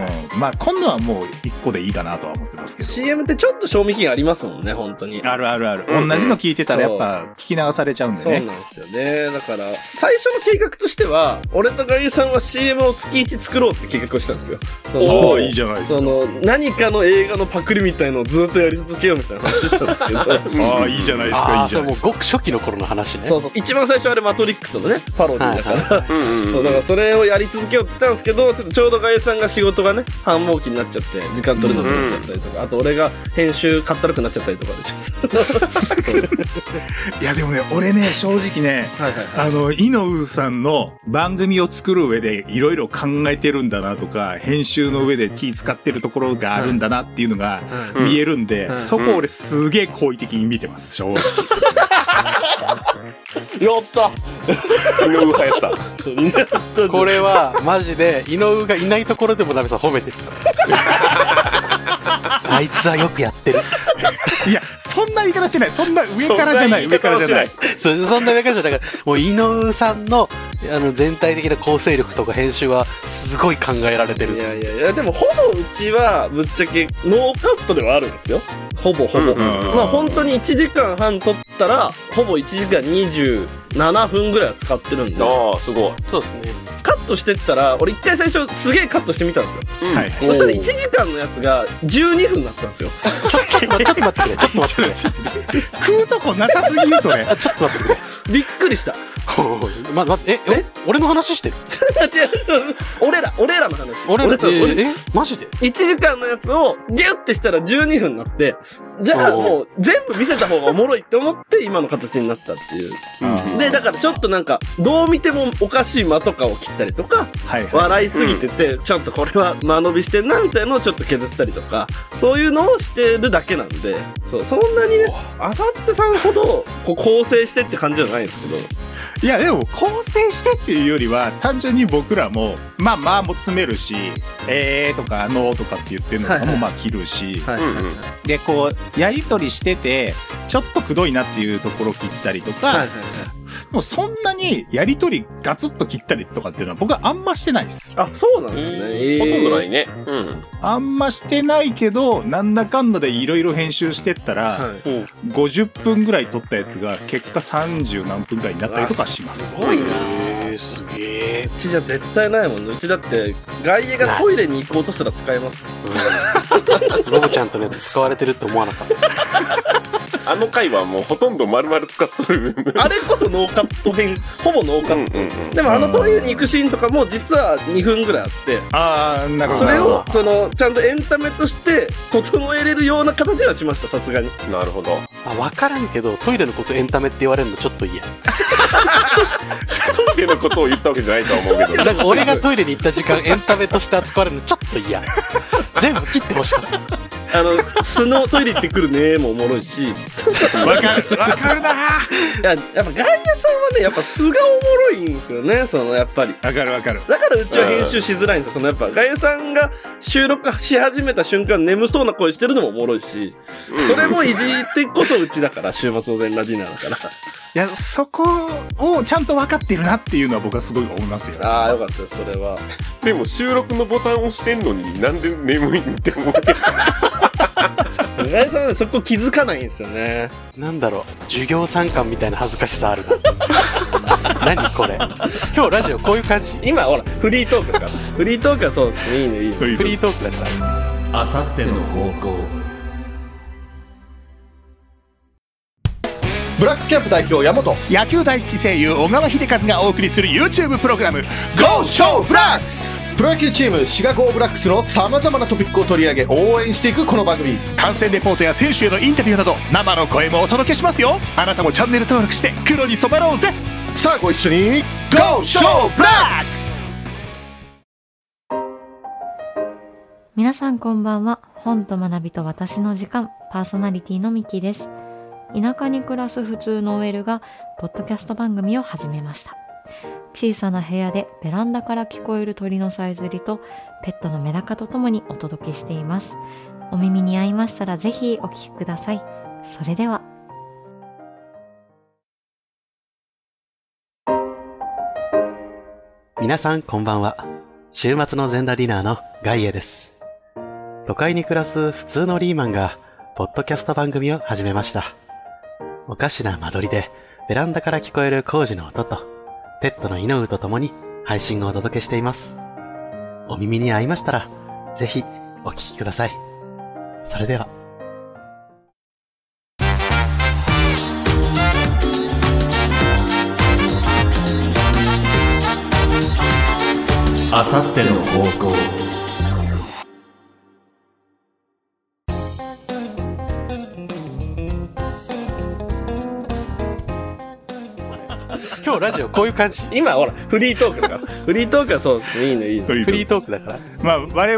Speaker 7: はい。
Speaker 1: うん、まあ今度はもう1個でいいかなとは思ってますけど
Speaker 8: CM ってちょっと賞味期限ありますもんね、本当に。
Speaker 1: あるあるある、
Speaker 2: うんうん
Speaker 1: 同じの聞いてたらやっぱ聞き流されちゃうんで
Speaker 8: そう
Speaker 1: ね
Speaker 8: なんですよね。だから、最初の計画としては、俺とガイさんは CM を月1作ろうって計画をしたんですよ。その
Speaker 1: おおいいじゃないです
Speaker 8: そ
Speaker 1: か
Speaker 8: の、何かの映画のパクリみたいのをずっとやり続けようみたいな話してたんです けど。
Speaker 1: ああいいじゃないですか
Speaker 7: あ
Speaker 1: いい
Speaker 7: あ、
Speaker 1: じ
Speaker 7: そ
Speaker 1: ゃない
Speaker 7: れも
Speaker 1: で
Speaker 7: う
Speaker 1: すか
Speaker 7: ごく初期の頃の話ね。
Speaker 8: そうそう。一番最初あれマトリックスのね、パロディ
Speaker 7: はい
Speaker 8: だ
Speaker 7: は
Speaker 8: か
Speaker 7: い
Speaker 8: ら。
Speaker 7: は
Speaker 2: うんうん
Speaker 8: そうだからそれをやり続けようって言ったんですけどちょっとちょうどガエさんが仕事がね繁忙期になっちゃって時間取れなくなっちゃったりとか、あと俺が編集かったるくなっちゃったりとかでちょっと
Speaker 1: いやでもね俺ね正直ね
Speaker 8: はいはい
Speaker 1: あの、イノウさんの番組を作る上でいろいろ考えてるんだなとか、編集の上で気使ってるところがあるんだなっていうのが
Speaker 2: うん
Speaker 1: 見えるんで、
Speaker 7: うん
Speaker 1: そこ俺すげえ好意的に見てます、正 直。
Speaker 2: 昨日
Speaker 8: やった
Speaker 2: 流行った。
Speaker 7: い。これは、マジで、井上がいないところでもナミさん褒めてる。 あいつはよくやってる。
Speaker 1: いや、そんな言い方してない。そんな上からじゃない、
Speaker 2: そん
Speaker 1: 上から
Speaker 2: 言
Speaker 1: じ
Speaker 2: い
Speaker 1: ゃない。
Speaker 7: そそんなわけじゃないだからもう井上さんのあの全体的な構成力とか編集はすごい考えられてるん
Speaker 8: い
Speaker 7: で
Speaker 8: や
Speaker 7: す
Speaker 8: いやいやでもほぼうちはぶっちゃけノーカットではあるんですよほぼほぼ、
Speaker 2: うんうんうん
Speaker 8: まあ本当に1時間半撮ったらほぼ1時間27分ぐらいは使ってるん で
Speaker 2: ああ、すごい。
Speaker 7: そうですね
Speaker 8: カットしてったら俺一回最初すげえカットしてみたんですよ
Speaker 1: はい。
Speaker 8: そしたら1時間のやつが12分だったんですよ
Speaker 7: ちょっとちょっと待ってくれちょっと待ってくれ
Speaker 1: 食うとこなさすぎん、それ。
Speaker 7: あちょっと待ってくれ
Speaker 8: びっくりした
Speaker 7: ほうま、ま、え
Speaker 8: え
Speaker 7: 俺の話してる
Speaker 8: 違うそう 俺ら俺らの話
Speaker 7: 俺
Speaker 8: ら
Speaker 7: の、え
Speaker 8: 俺
Speaker 7: えマジで
Speaker 8: 1時間のやつをギュッてしたら12分になって、じゃあもう全部見せた方がおもろいって思って今の形になったっていう。で、だからちょっとなんか、どう見てもおかしい間とかを切ったりとか、
Speaker 1: はいはい。
Speaker 8: 笑いすぎてて、ちょっとこれは間延びしてんなみたいのをちょっと削ったりとか、そういうのをしてるだけなんで、そう、そんなにね、あさってさんほどこう構成してって感じじゃないんですけど、
Speaker 1: いや、でも、構成してっていうよりは、単純に僕らも、まあまあも詰めるし、えーとか、のーとかって言ってるのとか
Speaker 8: はいは
Speaker 1: も、
Speaker 8: い
Speaker 1: まあ切るし、
Speaker 8: はい
Speaker 2: うんうん
Speaker 1: で、こう、やりとりしてて、ちょっとくどいなっていうところ切ったりとか、
Speaker 8: はいはいはい。
Speaker 1: でもそんなにやりとりガツッと切ったりとかっていうのは僕はあんましてないです。
Speaker 8: あ、そうなんですね。えー
Speaker 2: ほとんどないね。うん。
Speaker 1: あんましてないけど、なんだかんだでいろいろ編集してったら、
Speaker 8: はい
Speaker 1: 50分ぐらい撮ったやつが結果30何分ぐらいになったりとかします。
Speaker 7: ごいなえー、すげえ
Speaker 8: うちじゃ絶対ないもんね。うちだって、外野がトイレに行こうとすら使えますか
Speaker 7: ロボちゃんとのやつ使われてるって思わなかった
Speaker 2: あの回はもうほとんど丸々使っとる。
Speaker 8: ら。 あれこそノーカット編、ほぼノーカ
Speaker 2: うんう
Speaker 8: ッ
Speaker 2: ん
Speaker 8: ト。
Speaker 2: うん。
Speaker 8: でもあのトイレに行くシーンとかも実は2分ぐらいあって、
Speaker 1: ああ、なるほど。
Speaker 8: それ
Speaker 1: なるほ
Speaker 8: をそのちゃんとエンタメとして整えれるような形はしましたさすがに
Speaker 2: なるほど。
Speaker 7: あ分からんけどトイレのことエンタメって言われるのちょっと嫌
Speaker 2: トイレのことを言ったわけじゃないとは思うけど。
Speaker 7: なんか俺がトイレに行った時間エンタメとして扱われるのちょっと嫌全部切ってほしかった
Speaker 8: あの「素のトイレ行ってくるね」もおもろいしい
Speaker 1: どわかる、わかるなー
Speaker 8: ややっぱ外野さんはねやっぱ素がおもろいんですよねそのやっぱり
Speaker 1: わかるわかる。
Speaker 8: だからうちは編集しづらいんですよそのやっぱ外野さんが収録し始めた瞬間眠そうな声してるのもおもろいしそれもいじってこそうちだから週末の全ラジーナだから
Speaker 1: いや、そこをちゃんとわかってるなっていうのは僕はすごい思いますよ。
Speaker 8: ああよかったですそれは
Speaker 2: でも収録のボタン押してんのになんで眠いんって思うけど。
Speaker 8: 外野さんはねそこ気づかないんですよね
Speaker 7: なんだろう授業参観みたいな恥ずかしさあるな何これ今日ラジオこういう感じ
Speaker 8: 今ほらフリートークだからフリートークはそうですねいいねいいね
Speaker 7: フリートークだから
Speaker 6: あさっての方向
Speaker 9: ブラックキャンプ代表山本
Speaker 1: 野球大好き声優小川秀和がお送りする YouTube プログラム GO SHOW BLACKS!
Speaker 9: プロ野球チームシガゴーブラックスのさまざまなトピックを取り上げ応援していくこの番組
Speaker 1: 観戦レポートや選手へのインタビューなど生の声もお届けしますよあなたもチャンネル登録して黒に染まろうぜ
Speaker 9: さあご一緒に
Speaker 1: GO SHOW BLACKS!
Speaker 10: 皆さんこんばんは。本と学びと私の時間、パーソナリティのミキです。田舎に暮らす普通の OL が、ポッドキャスト番組を始めました。小さな部屋でベランダから聞こえる鳥のさえずりと、ペットのメダカとともにお届けしています。お耳に合いましたらぜひお聞きください。それでは。
Speaker 7: 皆さんこんばんは。週末の全裸ディナーのガイエです。都会に暮らす普通のリーマンが、ポッドキャスト番組を始めました。おかしな間取りで、ベランダから聞こえる工事の音と、ペットのイノウと共に配信をお届けしています。お耳に合いましたら、ぜひお聞きください。それでは。
Speaker 6: あさっての方向
Speaker 7: 今日ラジオこういう感じ。
Speaker 8: 今ほらフリートークだからフリートークはそうですねいいねいいね
Speaker 7: フリートークだから。
Speaker 1: まあ我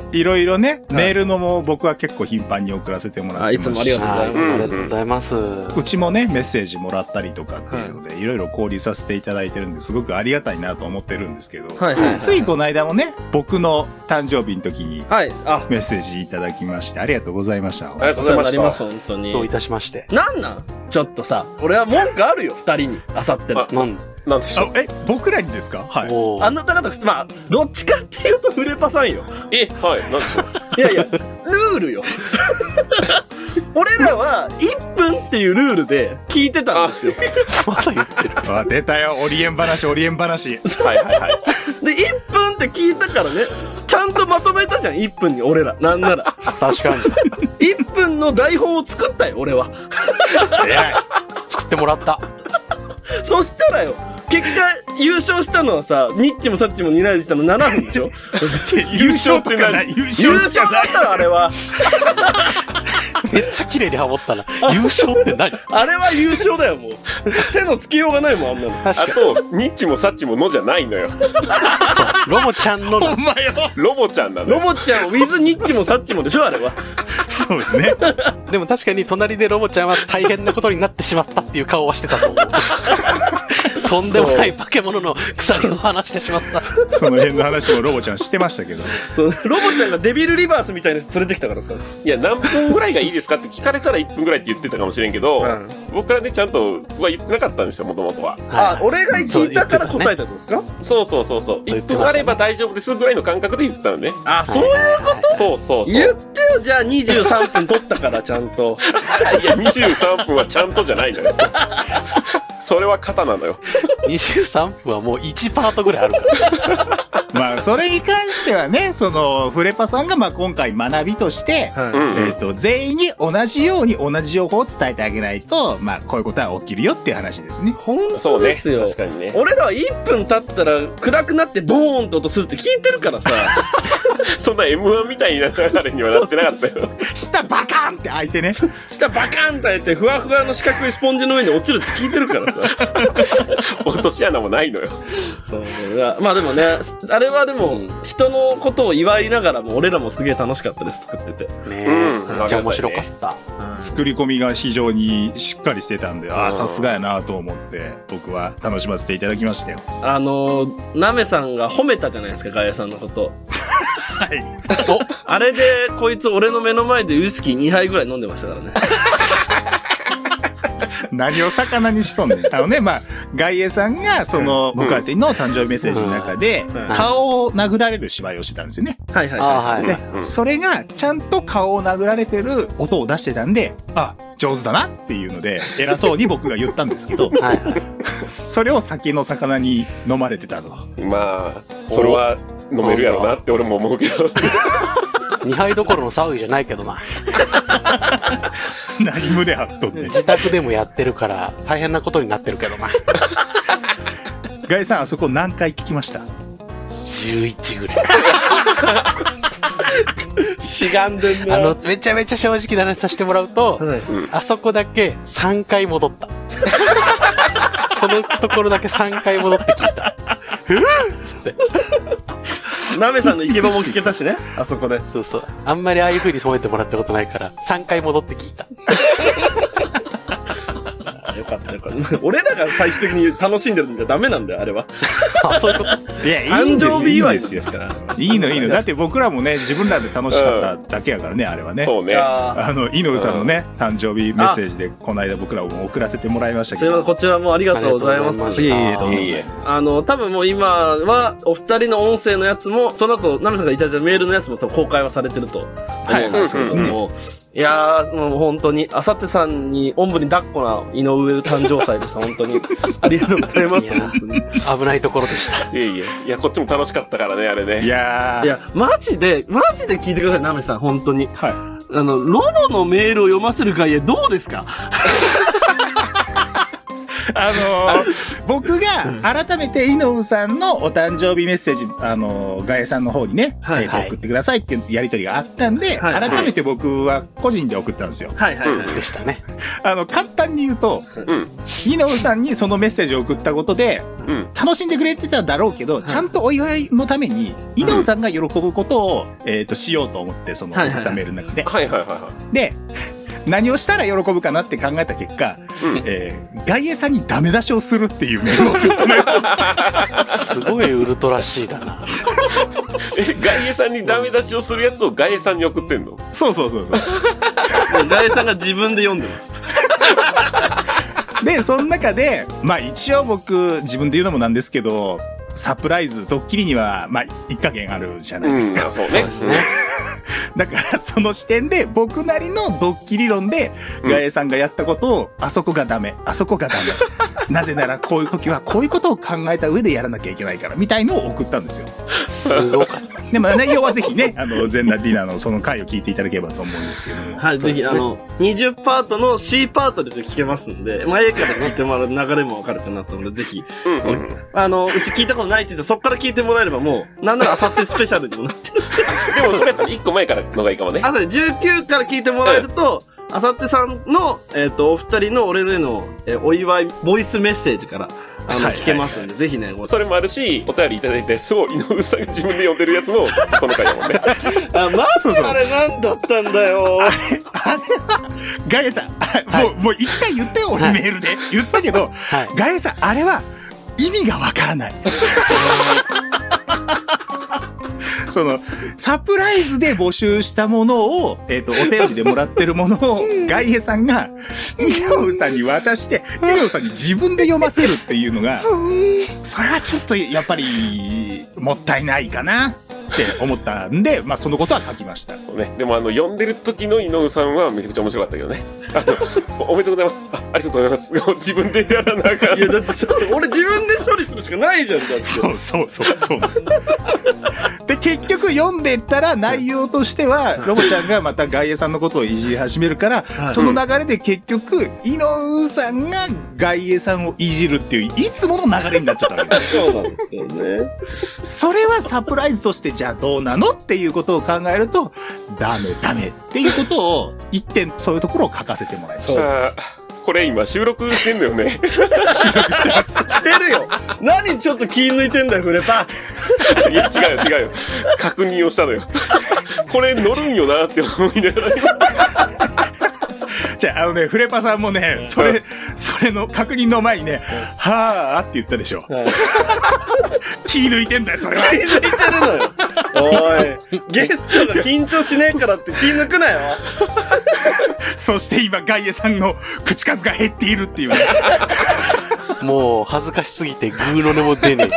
Speaker 1: 々いろいろね、メールのも僕は結構頻繁に送らせてもらってますし
Speaker 8: あいつもありがとうございます
Speaker 2: ありがとうご
Speaker 7: ざいます。
Speaker 1: うちもねメッセージもらったりとかっていうので、い、ろいろ交流させていただいてるんですごくありがたいなと思ってるんですけど、
Speaker 8: はいはい
Speaker 1: ついこの間もね僕の誕生日の時に
Speaker 8: はいあ
Speaker 1: メッセージいただきましてありがとうございました
Speaker 2: ありがと
Speaker 8: お
Speaker 2: う
Speaker 8: 世
Speaker 2: ご
Speaker 8: 話にな
Speaker 2: ざい
Speaker 8: り
Speaker 2: ま
Speaker 8: ま
Speaker 2: し
Speaker 8: す
Speaker 2: た。
Speaker 8: 本当
Speaker 7: どうい
Speaker 8: に
Speaker 7: たしまして。
Speaker 8: なんなんちょっとさ俺は文句あるよ二人にあさっての
Speaker 2: あ
Speaker 7: なん
Speaker 2: なんでしょう。
Speaker 1: あえ僕らにですかはい
Speaker 7: お
Speaker 8: あなた方まあどっちかっていうとフレパさんよ
Speaker 2: え、はい、なんでしょう。
Speaker 8: いやいやルールよ俺らは1分っていうルールで聞いてたんですよ
Speaker 7: まだ言ってる。
Speaker 1: あ出たよオリエン話オリエン 話
Speaker 2: はいはいはい。
Speaker 8: で1分って聞いたからねちゃんとまとめたじゃん1分に俺らなんなら
Speaker 7: 確かに。
Speaker 8: 1分の台本を作ったよ俺は
Speaker 1: 偉い
Speaker 7: 作ってもらった。
Speaker 8: そしたらよ、結果、優勝したのはさ、ニッチもサッチもニナイジしたの7分でしょ
Speaker 1: 優勝とかない
Speaker 8: 優勝だったらあれは。
Speaker 7: めっちゃ綺麗にハモったな。優勝って何
Speaker 8: あれは優勝だよ、もう。手のつけようがないもん、あんなの。
Speaker 2: あと、ニッチもサッチものじゃないのよ。
Speaker 7: ロボちゃんの
Speaker 2: ほんまよ。ロボちゃんなの
Speaker 8: ロボちゃん、ウィズニッチもサッチもでしょ、あれは。
Speaker 1: そうですね。
Speaker 7: でも確かに隣でロボちゃんは大変なことになってしまったっていう顔はしてたと思う。とんでもない化け物の鎖を離してしまった。
Speaker 1: その辺の話もロボちゃんしてましたけど。
Speaker 8: そうロボちゃんがデビルリバースみたいな人連れてきたからさ。
Speaker 2: いや、何分ぐらいがいいですかって聞かれたら1分ぐらいって言ってたかもしれんけど、
Speaker 8: うん
Speaker 2: 僕からね、ちゃんとは言ってなかったんですよ、もともとは。
Speaker 8: あ、俺が聞いたから答えたんですか
Speaker 2: そうそうそうそう。
Speaker 7: 言っ
Speaker 2: 1
Speaker 7: てましたね
Speaker 2: 分あれば大丈夫ですぐらいの感覚で言ったのね。
Speaker 8: あ、そういうこと
Speaker 2: そうそうそう。い
Speaker 8: 言ってよ、じゃあ23分取ったから、ちゃんと。
Speaker 2: や、23分はちゃんとじゃないのよ。 それは肩なのよ。
Speaker 7: 23分はもう1パートぐらいあるから。
Speaker 1: まあ、それに関してはね、その、フレパさんがまあ今回学びとして、
Speaker 2: う
Speaker 8: は
Speaker 2: ん、
Speaker 1: えっ、と、全員に同じように同じ情報を伝えてあげないと、まあ、こういうことは起きるよっていう話ですね。
Speaker 8: 本
Speaker 2: そ
Speaker 8: 当
Speaker 2: うね。
Speaker 8: ですよ。
Speaker 2: 確かにね。
Speaker 8: 俺らは1分経ったら暗くなってドーンって音するって聞いてるか らさ。
Speaker 2: そんな M1 みたいな流れにはなってなかっ たよ。
Speaker 1: 下バカンって開いてね。
Speaker 8: 下バカンと開いてふわふわの四角いスポンジの上に落ちるって聞いてるからさ。
Speaker 2: 落とし穴もないのよ。
Speaker 8: そういやまあでもね、あれはでも、人のことを祝いながらも俺らもすげえ楽しかったです、作ってて。
Speaker 7: ね
Speaker 2: うん
Speaker 7: めっちゃ面白かった。
Speaker 1: 作り込みが非常にしっかりしてたんで、ああ、さすがやなと思って、僕は楽しませていただきましたよ。
Speaker 8: あのー、なめさんが褒めたじゃないですか、ガヤさんのこと。
Speaker 1: はい。
Speaker 8: あれで、こいつ俺の目の前でウイスキー2杯ぐらい飲んでましたからね。
Speaker 1: 何を魚にしとんねん。 あのね、まあ、外衛さんが、その、僕宛ての誕生日メッセージの中で
Speaker 8: うん、
Speaker 1: 顔を殴られる芝居をしてたんですよね。
Speaker 8: はいはい、
Speaker 7: あ
Speaker 8: は
Speaker 7: あ、はい。
Speaker 1: で
Speaker 2: う、ん
Speaker 1: それが、ちゃんと顔を殴られてる音を出してたんで、あ、上手だなっていうので、偉そうに僕が言ったんですけど、
Speaker 7: はいはい、
Speaker 1: それを酒の魚に飲まれてたと。
Speaker 2: まあ、それは飲めるやろなって俺も思うけど。
Speaker 7: 2杯どころの騒ぎじゃないけどな。
Speaker 1: 何胸張っとん ねん。
Speaker 7: 自宅でもやってるから、大変なことになってるけどな。
Speaker 1: ガイさん、あそこ何回聞きました
Speaker 7: 11ぐらい。
Speaker 8: い。しがんでんな。
Speaker 7: あの、めちゃめちゃ正直な話させてもらうと、
Speaker 8: はい
Speaker 7: あそこだけ3回戻った。 そのところだけ3回戻って聞いた。ふぅっつって。
Speaker 8: なめさんのイケボも聞けたしね。あそこで。
Speaker 7: そうそう。あんまりああいう風に褒めてもらったことないから、3回戻って聞いた。
Speaker 8: よかったよかった。俺らが最終的に楽しんでるんじゃダメなんだよ、あれは。
Speaker 7: あ、そういうこと
Speaker 1: いや、いいん
Speaker 8: 誕
Speaker 1: ですよ
Speaker 8: 生日祝い
Speaker 1: いいんです
Speaker 8: で
Speaker 1: よ
Speaker 8: すから。
Speaker 1: いいのいいの。だって僕らもね、自分らで楽しかっただけやからね、あれはね。
Speaker 2: そうね。
Speaker 8: あ
Speaker 1: あの、井上さんのね、誕生日メッセージで、この間僕らも送らせてもらいまし
Speaker 8: ー
Speaker 1: た
Speaker 8: す
Speaker 1: け
Speaker 8: いませ
Speaker 1: ど
Speaker 8: ん、。こちらもありがとうございます。
Speaker 7: ありがとうござい
Speaker 8: え
Speaker 7: ました
Speaker 8: え
Speaker 1: どうも
Speaker 2: いえいえ
Speaker 8: あの、多分もう今は、お二人の音声のやつも、その後、ナメさんがいただいたメールのやつも多分公開はされてると思うんですけれども、いやー、もう本当に、あさってさんに、おんぶに抱っこな井上誕生祭でした、本当 に。ありがとうございます、
Speaker 7: いや
Speaker 8: 本当に。
Speaker 7: 危ないところでした。
Speaker 2: いえいえ。いや、こっちも楽しかったからね、あれね。
Speaker 1: いや
Speaker 8: い
Speaker 1: ー、
Speaker 8: や、マジで、マジで聞いてください、ナメさん、本当に。
Speaker 1: は
Speaker 8: あの、ロボのメールを読ませる外へどうですか
Speaker 1: い。あのー、僕が改めて井上さんのお誕生日メッセージ、あのー、ガエさんの方にね、
Speaker 8: はい
Speaker 1: えーと送ってくださいっていうやりとりがあったんで、
Speaker 8: はいはい
Speaker 1: 改めて僕は個人で送ったんですよ。
Speaker 8: はいはいはい。
Speaker 7: でしたね。
Speaker 1: あの、簡単に言うと、
Speaker 2: うん。
Speaker 1: 井上さんにそのメッセージを送ったことで、
Speaker 2: うん。
Speaker 1: 楽しんでくれてただろうけど、
Speaker 8: い
Speaker 1: ちゃんとお祝いのために、井上さんが喜ぶことを、えっ、と、しようと思って、その、
Speaker 8: はい
Speaker 1: 送
Speaker 8: はいはい
Speaker 1: ったメールの中で。
Speaker 2: はいはいはいは
Speaker 1: で、何をしたら喜ぶかなって考えた結果、
Speaker 2: うん
Speaker 1: えー外衛さんにダメ出しをするっていうメールを送ったのよ
Speaker 7: すごいウルトラ C だな。
Speaker 2: い。え、外衛さんにダメ出しをするやつを外衛さんに送ってんの
Speaker 1: そうそうそうそう。
Speaker 8: ガエさんが自分で読んでます。
Speaker 1: で、その中で、まあ一応僕、自分で言うのもなんですけど、サプライズ、ドッキリには、まあ、一加減あるじゃないですか。
Speaker 2: うんそう
Speaker 7: そう
Speaker 2: ね
Speaker 7: で。すね。
Speaker 1: だから、その視点で、僕なりのドッキリ論で、
Speaker 2: うん
Speaker 1: ガエさんがやったことを、あそこがダメ、あそこがダ メ。なぜなら、こういう時は、こういうことを考えた上でやらなきゃいけないから、みたいのを送ったんですよ。
Speaker 7: すごかった。
Speaker 1: でも内容はぜひね、あの、全裸ディナーのその回を聞いていただければと思うんですけど。
Speaker 8: はい、ぜひ、あの、20パートの C パートで聞けますんで、前から聞いてもらう流れもわかるかなと思うので、ぜひ、あの、うち聞いたことないって言って、そっから聞いてもらえればもう、なんならあさってスペシャルにも なってる。
Speaker 2: でもそれやったら1個前からのがいいかもね。
Speaker 8: あと19から聞いてもらえると、あさってさんの、えっ、と、お二人の俺のへの、えーお祝い、ボイスメッセージから、あの、
Speaker 2: はい
Speaker 8: 聞けますんで、ぜひね、ご
Speaker 2: それもあるし、お便りいただいて、そう、井上さんが自分で呼んでるやつ の、その回だもんね。
Speaker 8: あ、マジあれなんだったんだよ。
Speaker 1: ガイエさん、もう、もう一回言ったよ、俺メールで。言ったけど、ガイエさん、あれは意味がわからない。その、サプライズで募集したものを、えっ、と、お便りでもらってるものを、ガイエさんが、イガオさんに渡して、イガオさんに自分で読ませるっていうのが、それはちょっとやっぱり、もったいないかなって思ったんで、まあそのことは書きました。
Speaker 2: そうね、でもあの、呼んでる時の井上さんはめちゃくちゃ面白かったけどね。あの、おおめでとうございます。あありがとうございます。 自分でやらなあかん。
Speaker 8: いや、だってそれ 俺自分で処理するしかないじゃん、だって。
Speaker 1: そうそうそうそうなので結局読んでったら内容としてはロボちゃんがまた外衛さんのことをいじり始めるから、
Speaker 8: い
Speaker 1: その流れで結局井上さんが外衛さんをいじるっていういつもの流れになっちゃったわけです
Speaker 8: そうなんですよね。
Speaker 1: それはサプライズとしてじゃあどうなのっていうことを考えるとダメダメっていうことを一点そういうところを書かせてもらいました
Speaker 2: さあこれ今収録してんだよね。
Speaker 8: してるよ 何ちょっと気抜いてんだよ、フレパ。
Speaker 2: いや、違うよ、違うよ。確認をしたのよ。 これ乗るんよなって思いながら。
Speaker 1: じゃああのねフレパさんもねそれそれの確認の前にね「はあ」って言ったでしょ
Speaker 8: はい
Speaker 1: 気抜いてんだよそれは
Speaker 8: 気抜いてるのよ。おい、ゲストが緊張しねえからって気抜くなよ。
Speaker 1: そして今、ガイエさんの口数が減っているっていうね。
Speaker 7: もう恥ずかしすぎてグーの音も出ね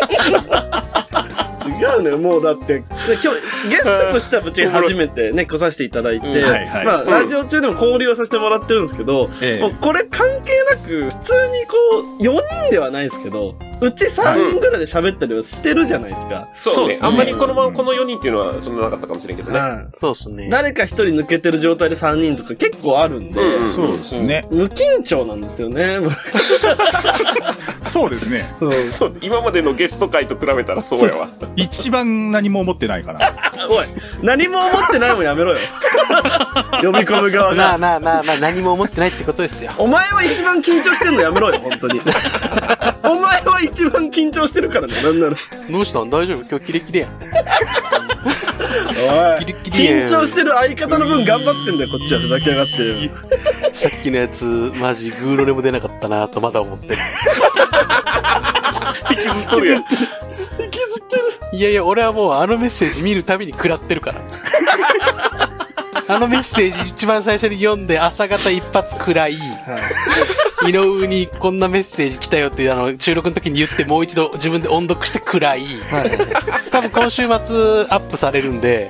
Speaker 8: 違うのよ、もうだって。で今日、ゲストとしてはうち初めてね、来させていただいて、
Speaker 1: うんはいはい
Speaker 8: まあ、
Speaker 1: うん
Speaker 8: ラジオ中でも交流はさせてもらってるんですけど、
Speaker 1: ええ
Speaker 8: もうこれ関係なく、普通にこう、4人ではないですけど、うち3人ぐらいで喋ったりはしてるじゃないですか。
Speaker 2: そうね。
Speaker 1: すね
Speaker 2: あんまりこのままこの4人っていうのはそんななかったかもしれんけどね。
Speaker 8: はい
Speaker 7: え。そうっすね。
Speaker 8: 誰か一人抜けてる状態で3人とか結構あるんで、
Speaker 2: うんうん
Speaker 1: そうですね。
Speaker 8: 無緊張なんですよね。
Speaker 1: そうですね。
Speaker 8: そう
Speaker 2: そう、今までのゲスト回と比べたらそう やわ。
Speaker 1: 一番何も思ってないから。
Speaker 8: おい、 何も思ってないもんやめろよ。呼び込む側
Speaker 7: ま
Speaker 8: が。
Speaker 7: あまあまあまあ、何も思ってないってことですよ。
Speaker 8: お前は一番緊張してんのやめろよ、本当に。お前は一番緊張してるからね、なんなら。
Speaker 7: どうしたん大丈夫今日キレキレやん。
Speaker 8: おい。
Speaker 7: キレキレや
Speaker 8: 緊
Speaker 7: ん
Speaker 8: 張してる相方の分頑張ってんだよ、こっちはふざけやがってる。
Speaker 7: さっきのやつ、マジグーの音も出なかったなとまだ思 ってる。
Speaker 2: 引きずっとるやん。
Speaker 7: いやいや、俺はもうあのメッセージ見るたびに食らってる から。あのメッセージ一番最初に読んで朝方一発くらい、井上にこんなメッセージ来たよってあの収録の時に言ってもう一度自分で音読してくらい、多分今週末アップされるんで、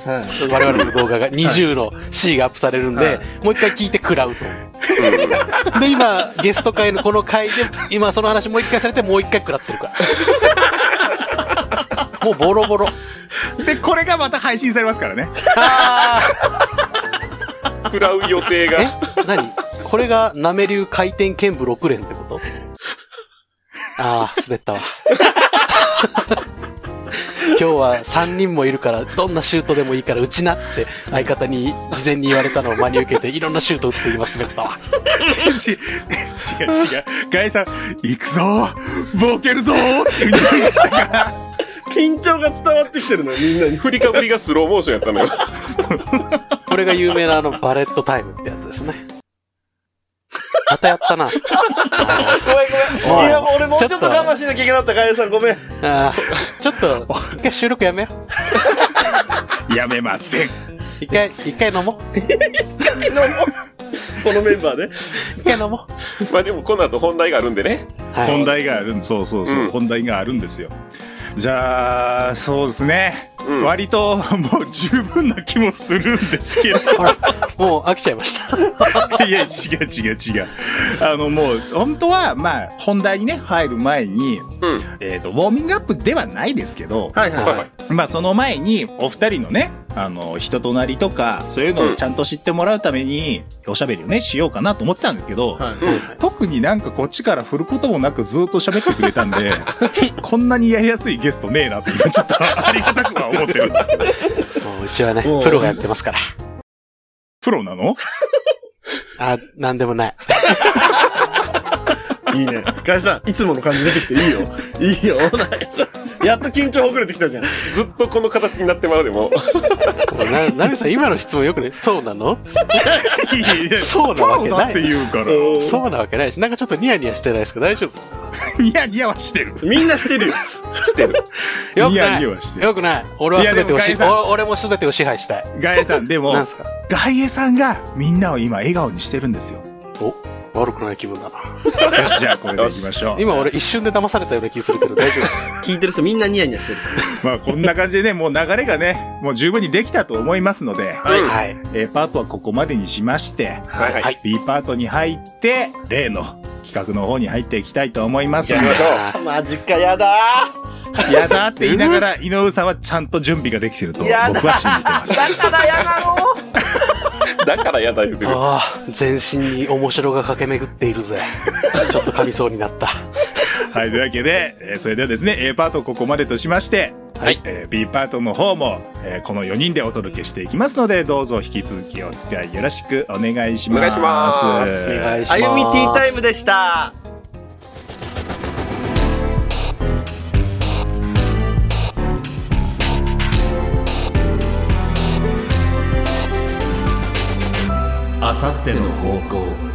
Speaker 7: 我々の動画が20の C がアップされるんで、もう一回聞いて食らうと。 で、今、ゲスト会のこの会で、今その話もう一回されてもう一回食らってるから。 もうボロボロ。
Speaker 1: で、これがまた配信されますからね。
Speaker 7: あ
Speaker 2: 食らう予定
Speaker 7: ー
Speaker 2: が。
Speaker 7: え何これがナメ流回転剣舞6連ってことああ、滑ったわ。 今日は3人もいるから、どんなシュートでもいいから打ちなって相方に事前に言われたのを真に受けて、いろんなシュート打って今滑ったわ。
Speaker 1: ち違う違う。ガイエさん、行くぞボケるぞっていう匂いがしたから。
Speaker 8: 緊張が伝わってきてるのよ、みんなに。
Speaker 2: 振りかぶりがスローモーションやったのよ。
Speaker 7: これが有名なあのバレットタイムってやつですね。またやったな。
Speaker 8: ごめんご
Speaker 7: お
Speaker 8: め
Speaker 7: い
Speaker 8: ん。いや、俺もうちょっ
Speaker 7: ちょ
Speaker 8: と
Speaker 7: っと
Speaker 8: 我慢しなきゃいけなかった、ガイエさん、ごめん。
Speaker 7: あーちょっと、一回収録やめよう。
Speaker 1: やめません。
Speaker 7: 一回、一回飲もう。
Speaker 8: このメンバーで。
Speaker 7: 一回飲もう。
Speaker 2: まあでもこの後本題があるんでね。
Speaker 7: はい
Speaker 1: 本題があるんそうそうそう、
Speaker 2: うん
Speaker 1: 本題があるんですよ。じゃあ、そうですね。割ともう十分な気もするんですけど。
Speaker 7: もう飽きちゃいまし た。
Speaker 1: いや、違う違う違う。あの、もう、本当は、まあ、本題にね、入る前に、えっ、と、ウォーミングアップではないですけど、
Speaker 8: はいはいはい
Speaker 1: まあ、その前に、お二人のね、あの、人となりとか、そういうのをちゃんと知ってもらうために、おしゃべりをね、しようかなと思ってたんですけど、特になんかこっちから振ることもなくずっと喋ってくれたんで、 こんなにやりやすいゲストねえなって、今ちょっとありがたくは思って るんですけど。
Speaker 7: もううちはね、プロがやってますから。
Speaker 1: プロなの
Speaker 7: あ、なんでもない。
Speaker 8: いいね。かえさん、いつもの感じ出てきていいよ。いいよ。なんかさやっと緊張ほぐれてきたじゃん。
Speaker 2: ずっとこの形になってまうでも。
Speaker 7: な、なみさん、今の質問よくね、そうなのそうなわけない。
Speaker 1: プロだって言うから
Speaker 7: そうなわけないし、なんかちょっとニヤニヤしてないですけど、大丈夫ですか
Speaker 1: ニヤニヤはしてる。
Speaker 8: みんなしてるよ。
Speaker 2: してる。
Speaker 7: よく
Speaker 1: ニヤ
Speaker 7: ない。
Speaker 1: ニヤはしてる
Speaker 7: よくない。俺はい
Speaker 1: やで
Speaker 7: 全
Speaker 1: も
Speaker 7: てを
Speaker 1: ガ
Speaker 7: 支
Speaker 1: イさん
Speaker 7: お俺も全てを支配したい。
Speaker 1: ガエさん、でも、
Speaker 7: なんすか
Speaker 1: ガイエさんがみんなを今笑顔にしてるんですよ。
Speaker 7: お悪くない気分だな。
Speaker 1: よし、じゃあこれでいきまし ょう。
Speaker 7: 今俺一瞬で騙されたような気するけど、大丈夫。
Speaker 8: 聞いてる人みんなニヤニヤしてる。
Speaker 1: まあこんな感じでね、もう流れがね、もう十分にできたと思いますので、
Speaker 2: はい。はい。
Speaker 7: はい。
Speaker 1: A パートはここまでにしまして、
Speaker 2: はい。
Speaker 7: はい
Speaker 1: B パートに入って、例の企画の方に入っていきたいと思います。や
Speaker 8: マジか、やだ
Speaker 1: だって言いながら、井上さんはちゃんと準備ができてると僕は信じてます。
Speaker 8: だからやだろ
Speaker 2: だからやだ言うてる。
Speaker 7: ああ、全身に面白が駆け巡っているぜ。ちょっと噛みそうになった。
Speaker 1: はい、というわけで、えーそれではですね、A パートをここまでとしまして、
Speaker 7: はい
Speaker 1: えー B パートの方も、えーこの4人でお届けしていきますので、どうぞ引き続きお付き合いよろしくお願いします。
Speaker 2: お願いします
Speaker 7: お願いします。
Speaker 8: あゆみティータイムでした。
Speaker 6: あさっての方向